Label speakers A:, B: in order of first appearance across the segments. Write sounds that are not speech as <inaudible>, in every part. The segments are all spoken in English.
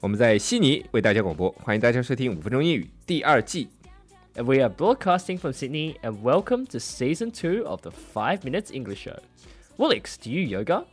A: 我们在悉尼为大家广播，欢迎大家收听《五分钟英语》第二季。
B: and we are broadcasting from Sydney. And welcome to season two of the Five Minutes English Show. Willix, do you yoga?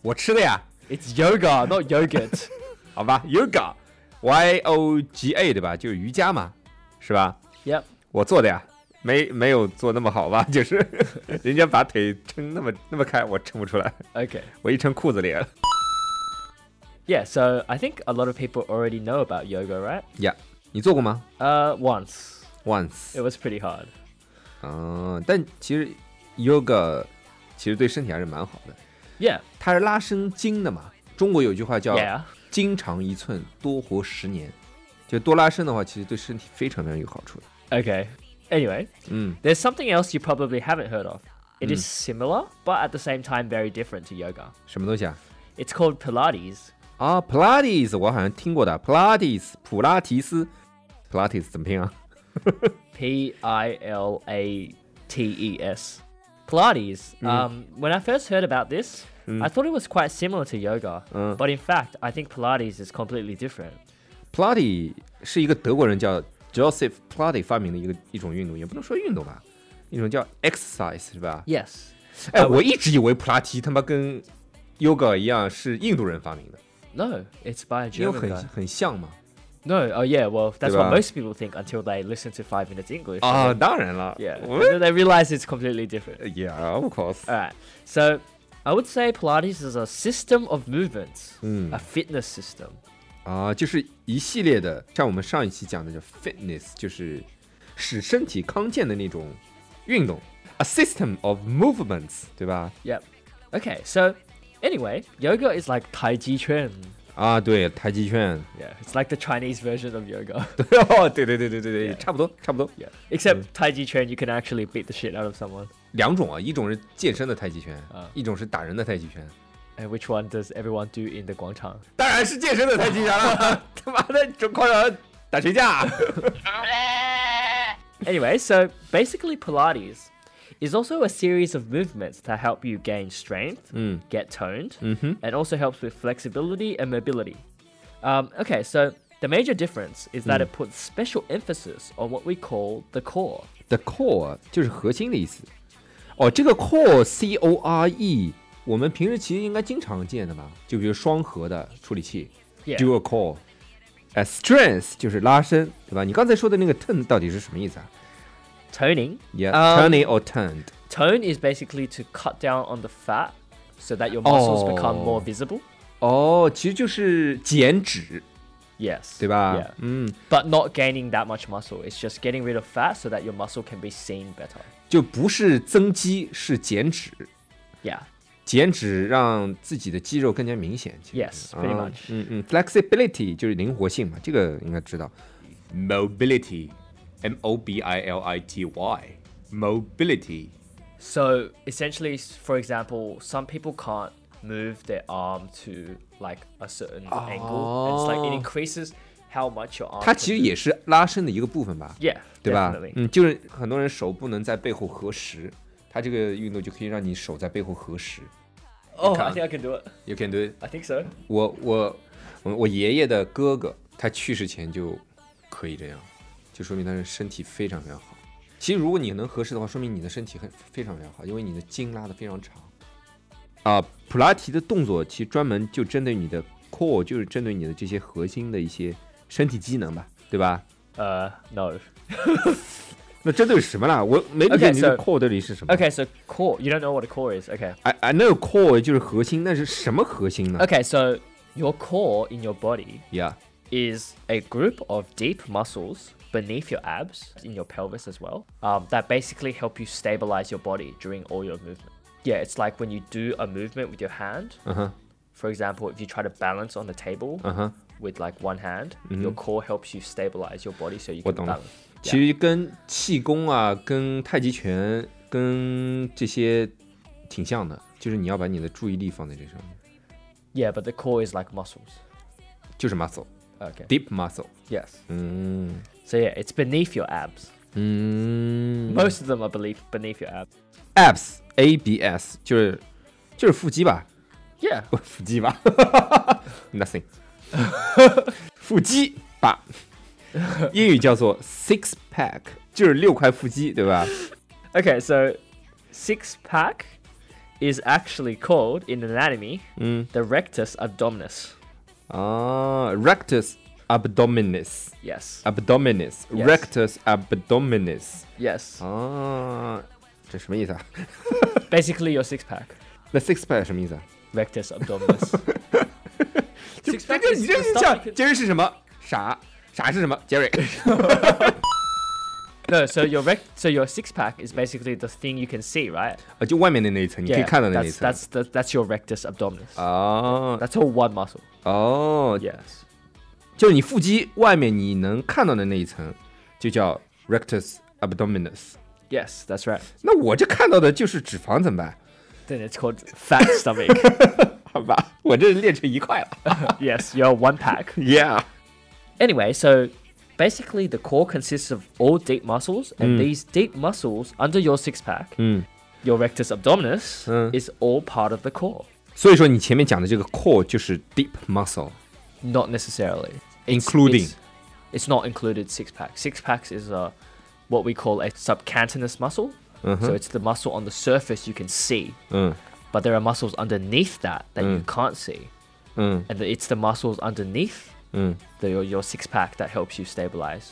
A: 我吃的呀，
B: It's yoga, not yogurt.
A: 好吧，Yoga，Y O G A 对吧？就是瑜伽嘛，是吧？
B: yep.
A: 我做的呀，没没有做那么好吧？就是 <laughs> 人家把腿撑那么那么开，我撑不出来，
B: Okay.
A: 我一撑裤子裂了。
B: Yeah. So I think a lot of people already know about yoga, right?
A: 呀、你做过吗
B: Uh, once it
A: ？Once。
B: was pretty hard.
A: 嗯，但其实 yoga 其实对身体还是蛮好的，
B: Yeah.
A: 它是拉伸筋的嘛。中国有句话叫
B: Yeah.
A: “筋长一寸，多活十年”，就多拉伸的话，其实对身体非常非常有好处的。
B: Okay. Anyway,
A: 嗯
B: there's something else you probably haven't heard of. It is similar, but at the same time very different to yoga.
A: 什么东西啊？
B: It's called Pilates.
A: 啊，Pilates，我好像听过的，Pilates，普拉提斯，Pilates 怎么拼啊？
B: P I L A T E S. Pilates. Um, when I first heard about this, I thought it was quite similar to yoga, but in fact, I think Pilates is completely different.
A: Plotty 是一个德国人叫 Joseph Plotty 发明的一个一种运动，也不能说运动吧，一种叫 exercise 是吧？
B: Yes.
A: 哎，我一直以为普拉提他妈跟 yoga 一样是印度人发明的，
B: No, it's by a
A: 因为
B: German
A: 很
B: guy.
A: 很像嘛。
B: No, oh yeah, well, that's what
A: Diba?
B: most people think until they listen to Five Minutes English.
A: 啊，当然了，
B: Yeah,
A: 我
B: and then they realize it's completely different.
A: Yeah, of course.
B: All right, so I would say Pilates is a system of movements, a fitness system.
A: 啊，就是一系列的，像我们上一期讲的叫 fitness，就是使身体康健的那种运动，a system of movements，对吧？
B: Yep. Okay, so anyway, yoga is like Tai Chi Chuan.
A: 啊，对，太极拳， <laughs>
B: Yeah, it's like the Chinese version of yoga.
A: 哦，对对对对对对，差不多差不多。
B: yeah. Except Tai Chi Chuan, you can actually beat the shit out of someone.
A: 两种啊，一种是健身的太极拳，
B: 啊
A: 一种是打人的太极拳。
B: And which one does everyone do in the Guangchang?
A: 当然是健身的太极拳了， <laughs> 他妈的，这狂人打谁架？啊 <laughs>
B: Anyway, so basically, Pilates is also a series of movements to help you gain strength, get toned, and also helps with flexibility and mobility. Um, okay, so the major difference is that it puts special emphasis on what we call the core.
A: The core 就是核心的意思。哦，这个 core C O R E，我们平时其实应该经常见的吧？就比如双核的处理器
B: Yeah
A: dual core。呃、s t r e n g t h 就是拉伸，对吧？你刚才说的那个 turn 到底是什么意思啊
B: Toning.
A: ？Yeah，turning、or turned。
B: Tone is basically to cut down on the fat so that your muscles become
A: Oh.
B: more visible.
A: 哦，其实就是减脂，
B: Yes.
A: 对吧
B: Yeah.
A: 嗯，
B: But not gaining that much muscle. It's just getting rid of fat so that your muscle can be seen better.
A: 就不是增肌，是减脂。
B: Yeah.
A: 减脂让自己的肌肉更加明显。其实
B: Yes, pretty
A: 啊
B: much.
A: 嗯嗯，flexibility 就是灵活性嘛，这个应该知道。
C: Mobility，M O B I L I T Y，mobility。
B: So essentially, s- for example, some people can't move their arm to like a certain angle. And it's like it increases how much your arm.
A: 它
B: can
A: 其实
B: move.
A: 也是拉伸的一个部分吧，
B: Yeah, Mm.
A: 对吧
B: definitely.？
A: 嗯，就是很多人手不能在背后合十，它这个运动就可以让你手在背后合十。
B: Oh, I
A: can't.
B: think I can do it.
A: You can do it。
B: I think so.
A: 我我我我爷爷的哥哥，他去世前就可以这样，就说明他的身体非常非常好。其实如果你能合适的话，说明你的身体很非常非常好，因为你的筋拉得非常长。啊，普拉提的动作其实专门就针对你的 core，就是针对你的这些核心的一些身体机能吧，对吧？
B: Uh, no.
A: 那这都是什么啦？我没理解
B: Okay,
A: 你的
B: so-
A: core 到底是什么。
B: Okay, so core. You don't know what a core is. Okay.
A: I I know core 就是核心，那是什么核心呢
B: Okay, so your core in your body
A: ？Yeah，
B: is a group of deep muscles beneath your abs, in your pelvis as well, um, that basically help you stabilize your body during all your movement. Yeah, it's like when you do a movement with your hand.
A: Uh-huh.
B: For example, if you try to balance on the table
A: Uh-huh.
B: with like one hand, your core helps you stabilize your body so you
A: 我
B: can
A: 懂了
B: balance.。
A: 其实跟气功啊、跟太极拳、跟这些挺像的，就是你要把你的注意力放在这上面，
B: Yeah, but the core is like muscles.
A: 就是 muscle
B: Okay.
A: deep muscle。
B: Yes.
A: 嗯
B: So yeah, it's beneath your abs.
A: 嗯
B: Most of them are beneath beneath your abs.
A: ，abs a b s 就是就是腹肌吧，
B: Yeah.
A: 腹肌吧，nothing，腹肌吧，英语叫做 six pack，就是六块腹肌，对吧？
B: Okay, so six pack is actually called in anatomy the rectus abdominis.
A: 啊，rectus abdominis。
B: Yes.
A: abdominis,
B: Yes.
A: rectus abdominis。
B: yes.
A: 啊，这什么意思啊？
B: Basically your six pack.
A: 那 six pack 什么意思啊？
B: Rectus <laughs> abdominis. six
A: 这
B: pack
A: 个
B: is
A: 你
B: the
A: 这你
B: stuff
A: 讲
B: you can-
A: 杰瑞是什么？傻傻是什么？杰瑞 <laughs>
B: No, so your rec so your six pack is basically the thing you can see, right?
A: 啊，就外面的那一层，你可以
B: Yeah.
A: 看到的那一
B: that's
A: 层。
B: that's the, that's your rectus abdominis.
A: 哦
B: that's all one muscle.
A: 哦，
B: Yes.
A: 就是你腹肌外面你能看到的那一层，就叫 rectus abdominis。
B: Yes, that's right.
A: 那我这看到的就是脂肪，怎么办？
B: Then it's <laughs> called fat stomach.
A: 好吧，我这练成一块了。
B: yes, you're one pack.
A: <laughs> Yeah，
B: Anyway, so basically the core consists of all deep muscles, and these deep muscles under your six pack, your rectus abdominis,
A: Mm.
B: is all part of the core.
A: 所以说你前面讲的这个 core 就是 deep muscle。
B: Not necessarily. It's-
A: Including.
B: It's, it's not included six pack. Six packs is uh, what we call a subcantonous muscle. So it's the muscle on the surface you can see,
A: 嗯
B: but there are muscles underneath that that you can't see.
A: 嗯
B: And it's the muscles underneath
A: 嗯。
B: the, your, your six pack that helps you stabilize.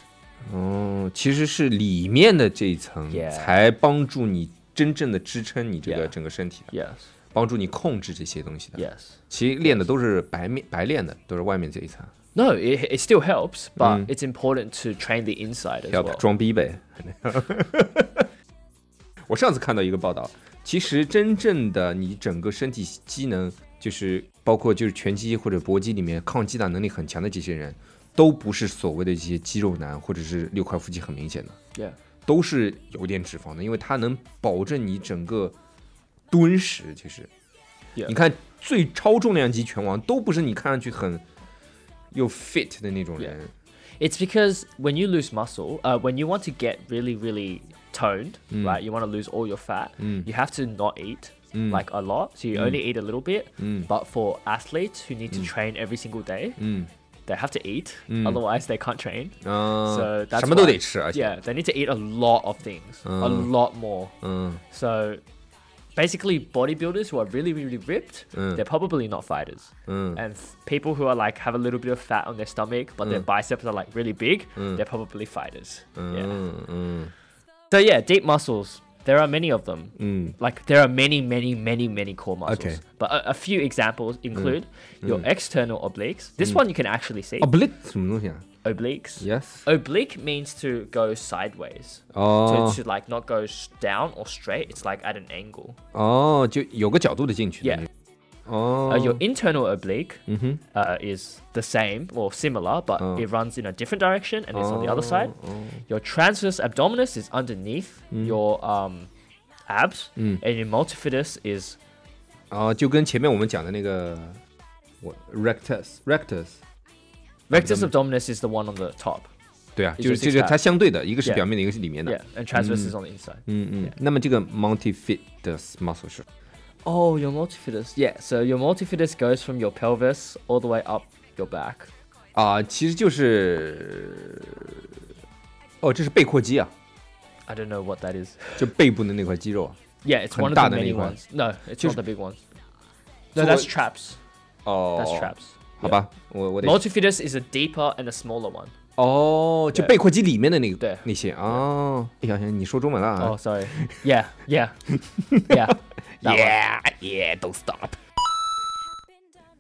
A: 哦，其实是里面的这一层
B: Yeah
A: 才帮助你真正的支撑你这个
B: Yeah
A: 整个身体的
B: Yes.
A: 帮助你控制这些东西的。
B: Yes.
A: 其实练的都是白面白练的，都是外面这一层，
B: No, it, it still helps, but
A: Mm.
B: it's important to train the inside as
A: 要
B: well.
A: 装逼呗。 <laughs> 我上次看到一个报道，其实真正的你整个身体机能，就是包括就是拳击或者搏击里面抗击打能力很强的这些人，都不是所谓的这些肌肉男或者是六块腹肌很明显的。
B: Yeah.
A: 都是有点脂肪的，因为它能保证你整个敦实。其实
B: Yeah.
A: 你看最超重量级拳王都不是你看上去很又 fit 的那种人
B: It's because when you lose muscle, uh, when you want to get really, really toned, right? You want to lose all your fat. You have to not eat like a lot. So you only eat a little bit. But for athletes who need to train every single day, they have to eat. Otherwise, they can't train.
A: 嗯
B: So
A: Uh,
B: that's
A: 什么都
B: why-
A: 得吃，而且 Uh,
B: Yeah, they need to eat a lot of things, a lot more.
A: 嗯
B: So basically, bodybuilders who are really, really ripped,
A: Uh.
B: they're probably not fighters. And f- people who are like have a little bit of fat on their stomach, but
A: Uh.
B: their biceps are like really big, they're probably fighters. Yeah.
A: 嗯嗯
B: So yeah, deep muscles. There are many of them.
A: 嗯
B: Like there are many, many, many, many core muscles.
A: Mm. Okay. Mm.
B: But a, a few examples include your external obliques. This one you can actually see.
A: ，oblique 哦什么东西啊
B: obliques.
A: ？Yes，
B: Oblique means to go sideways. So
A: 哦
B: to like not go s- down or straight. It's like at an angle.
A: 哦，就有个角度的进去的
B: Yeah.
A: 那种。哦嗯
B: Uh, your internal oblique uh, is the same or similar, but it runs in a different direction and it's on the other side. Your transverse abdominis is underneath your um, abs, and your multifidus is
A: 啊，就跟前面我们讲的那个我 rectus rectus。
B: rectus abdominis is the one on the top,
A: 对啊，
B: It's
A: 就是
B: just
A: 这个
B: six-pack
A: 它相对的，一个是
B: Yeah
A: 表面的，一个是里面的
B: yeah, and transverse is on the inside.
A: 嗯嗯，那么这个 multifidus muscle 是
B: Oh, your multifidus, yeah. So your multifidus goes from your pelvis all the way up your back.
A: 啊，其实就是哦，这是背阔肌啊，
B: I don't know what that is.
A: 就背部的那块肌肉啊。
B: Yeah, it's one of the many
A: 很大的那一块。
B: ones. No, it's
A: Just-
B: not the big one. No, that's traps.
A: 哦
B: That's traps.
A: 好吧，我我得
B: Multifidus is a deeper and a smaller one.
A: 哦，就背阔肌里面的那个
B: 对
A: 那些哦。哎呀，你说中文了啊
B: Oh, sorry. Yeah, yeah, yeah. that one.
A: Yeah, yeah, don't stop.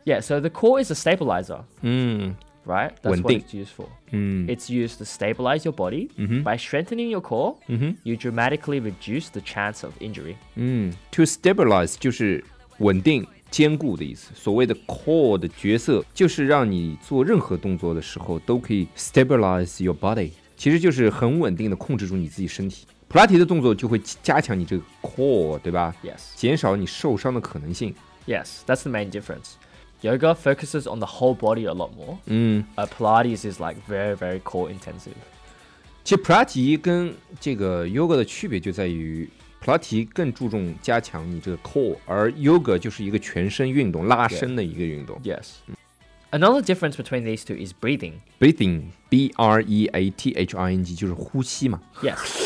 B: Yeah, so the core is a stabilizer,
A: 嗯
B: right? That's what
A: Wending.
B: it's used for.
A: 嗯
B: It's used to stabilize your body. By strengthening your core, you dramatically reduce the chance of injury.
A: 嗯，to stabilize 就是稳定、坚固的意思。所谓的 core 的角色，就是让你做任何动作的时候都可以 stabilize your body，其实就是很稳定的控制住你自己身体。普拉提的动作就会加强你这个 core，对吧
B: Yes.
A: 减少你受伤的可能性。
B: Yes, that's the main difference. Yoga focuses on the whole body a lot more.
A: 嗯，
B: Uh, Pilates is like very, very core intensive.
A: 其实普拉提跟这个 yoga 的区别就在于，普拉提更注重加强你这个 core，而 yoga 就是一个全身运动、拉伸的一个运动。
B: Yes. Another difference between these two is breathing.
A: Breathing, b r e a t h i n g，就是呼吸嘛。
B: Yes.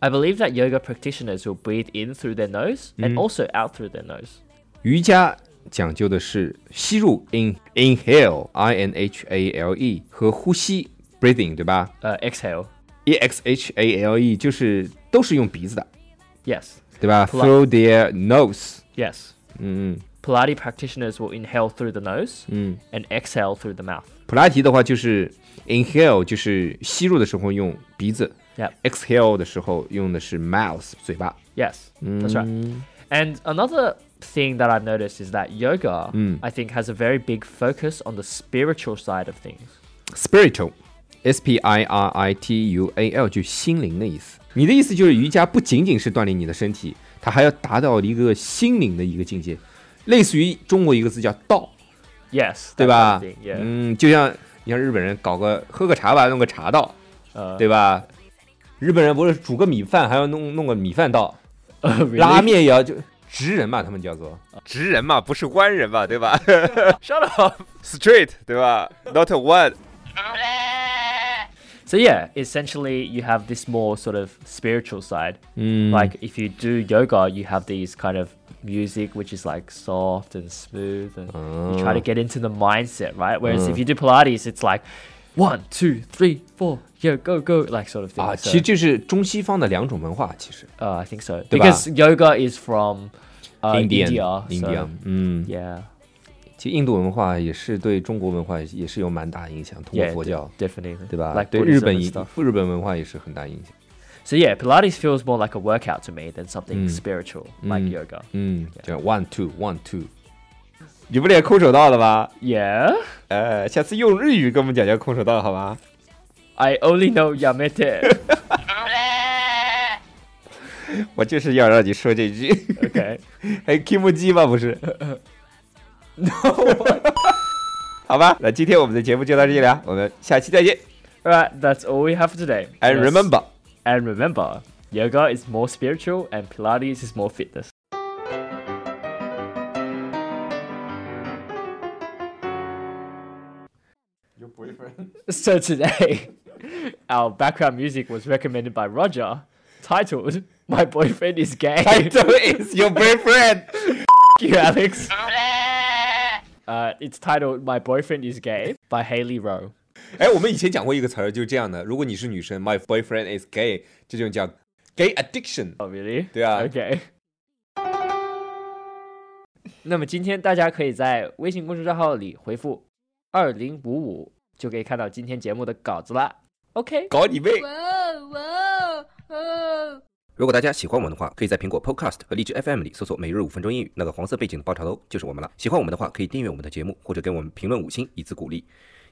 B: I believe that yoga practitioners will breathe in through their nose and also out through their nose.
A: 瑜伽讲究的是吸入 in inhale, i n h a l e 和呼吸 breathing，对吧
B: Uh, exhale.
A: ？e x h a l e 就是都是用鼻子的，
B: Yes.
A: 对吧
B: Pla-
A: ？Through their nose，
B: Yes.
A: 嗯嗯。
B: Pilates practitioners will inhale through the nose and exhale through the mouth.
A: 普拉提的话就是 inhale，就是吸入的时候用鼻子
B: Yep.
A: ，exhale 的时候用的是 mouth 嘴巴。
B: Yes. That's right. And another thing that I've noticed is that yoga, I think, has a very big focus on the spiritual side of things.
A: spiritual，s p i r i t u a l 就心灵的意思。你的意思就是瑜伽不仅仅是锻炼你的身体，它还要达到一个心灵的一个境界，类似于中国一个字叫道，
B: Yes.
A: 对
B: that kind
A: 吧
B: of thing,？Yeah. <laughs>
A: 嗯，就像你像日本人搞个喝个茶吧，弄个茶道，
B: 呃
A: 对吧？日本人不是煮个米饭还要弄弄个米饭道，
B: Oh, Really?
A: 拉面也要就直人嘛，他们叫做直呃人嘛，不是弯人嘛，对吧 <laughs>
B: Shut up.
A: ？Straight 对吧？Not one。
B: So yeah, essentially you have this more sort of spiritual side.
A: Mm.
B: Like if you do yoga, you have these kind of music which is like soft and smooth, and you try to
A: Oh.
B: get into the mindset, right? Whereas
A: Mm.
B: if you do Pilates, it's like one, two, three, four, yo, go, go, like sort of thing.
A: 啊，
B: So,
A: 其实这是中西方的两种文化，其实
B: uh, I think so
A: 对吧？
B: because yoga is from uh,
A: Indian
B: India.
A: India，
B: So,
A: 嗯，
B: yeah.
A: 其实印度文化也是对中国文化也是有蛮大影响，通过
B: Yeah,
A: 佛
B: de-
A: 教，
B: definitely.
A: 对吧？
B: Like
A: 对日
B: Buddhism
A: 本
B: and
A: 影
B: stuff.
A: 日本文化也是很大影响。
B: So yeah, Pilates feels more like a workout to me than
A: Mm.
B: something spiritual like yoga.
A: 嗯，叫 one two one two，你不练空手道了吧？
B: Yeah.
A: 呃，下次用日语跟我们讲讲空手道好吧？
B: I only know Yamete.
A: 我就是要让你说这
B: <laughs>
A: 句。 <laughs>
B: okay.
A: 还 Kim 鸡吗？不
B: <laughs>
A: 是。 <laughs> 好吧，那今天我们的节目就到这里了，我们下期再见。
B: Alright, that's all we have for today.
A: And
B: Yes.
A: remember.
B: And remember, yoga is more spiritual and Pilates is more fitness.
A: Your boyfriend.
B: So today, <laughs> our background music was recommended by Roger, titled "My Boyfriend Is Gay."
A: is your boyfriend.
B: Thank you, Alex. Uh, it's titled "My Boyfriend Is Gay" by Haley Rowe.
A: 哎，我们以前讲过一个词儿，就是这样的。如果你是女生，My boyfriend is gay，这种叫 gay addiction。
B: Oh, really?
A: 对啊
B: OK。那么今天大家可以在微信公众账号里回复“二零五五”，就可以看到今天节目的稿子啦。OK，
A: 搞你妹！
D: Whoa, whoa, whoa.
E: 如果大家喜欢我们的话，可以在苹果 Podcast 和荔枝 FM 里搜索“每日五分钟英语”，那个黄色背景的爆炒头就是我们了。喜欢我们的话，可以订阅我们的节目，或者给我们评论五星以资鼓励。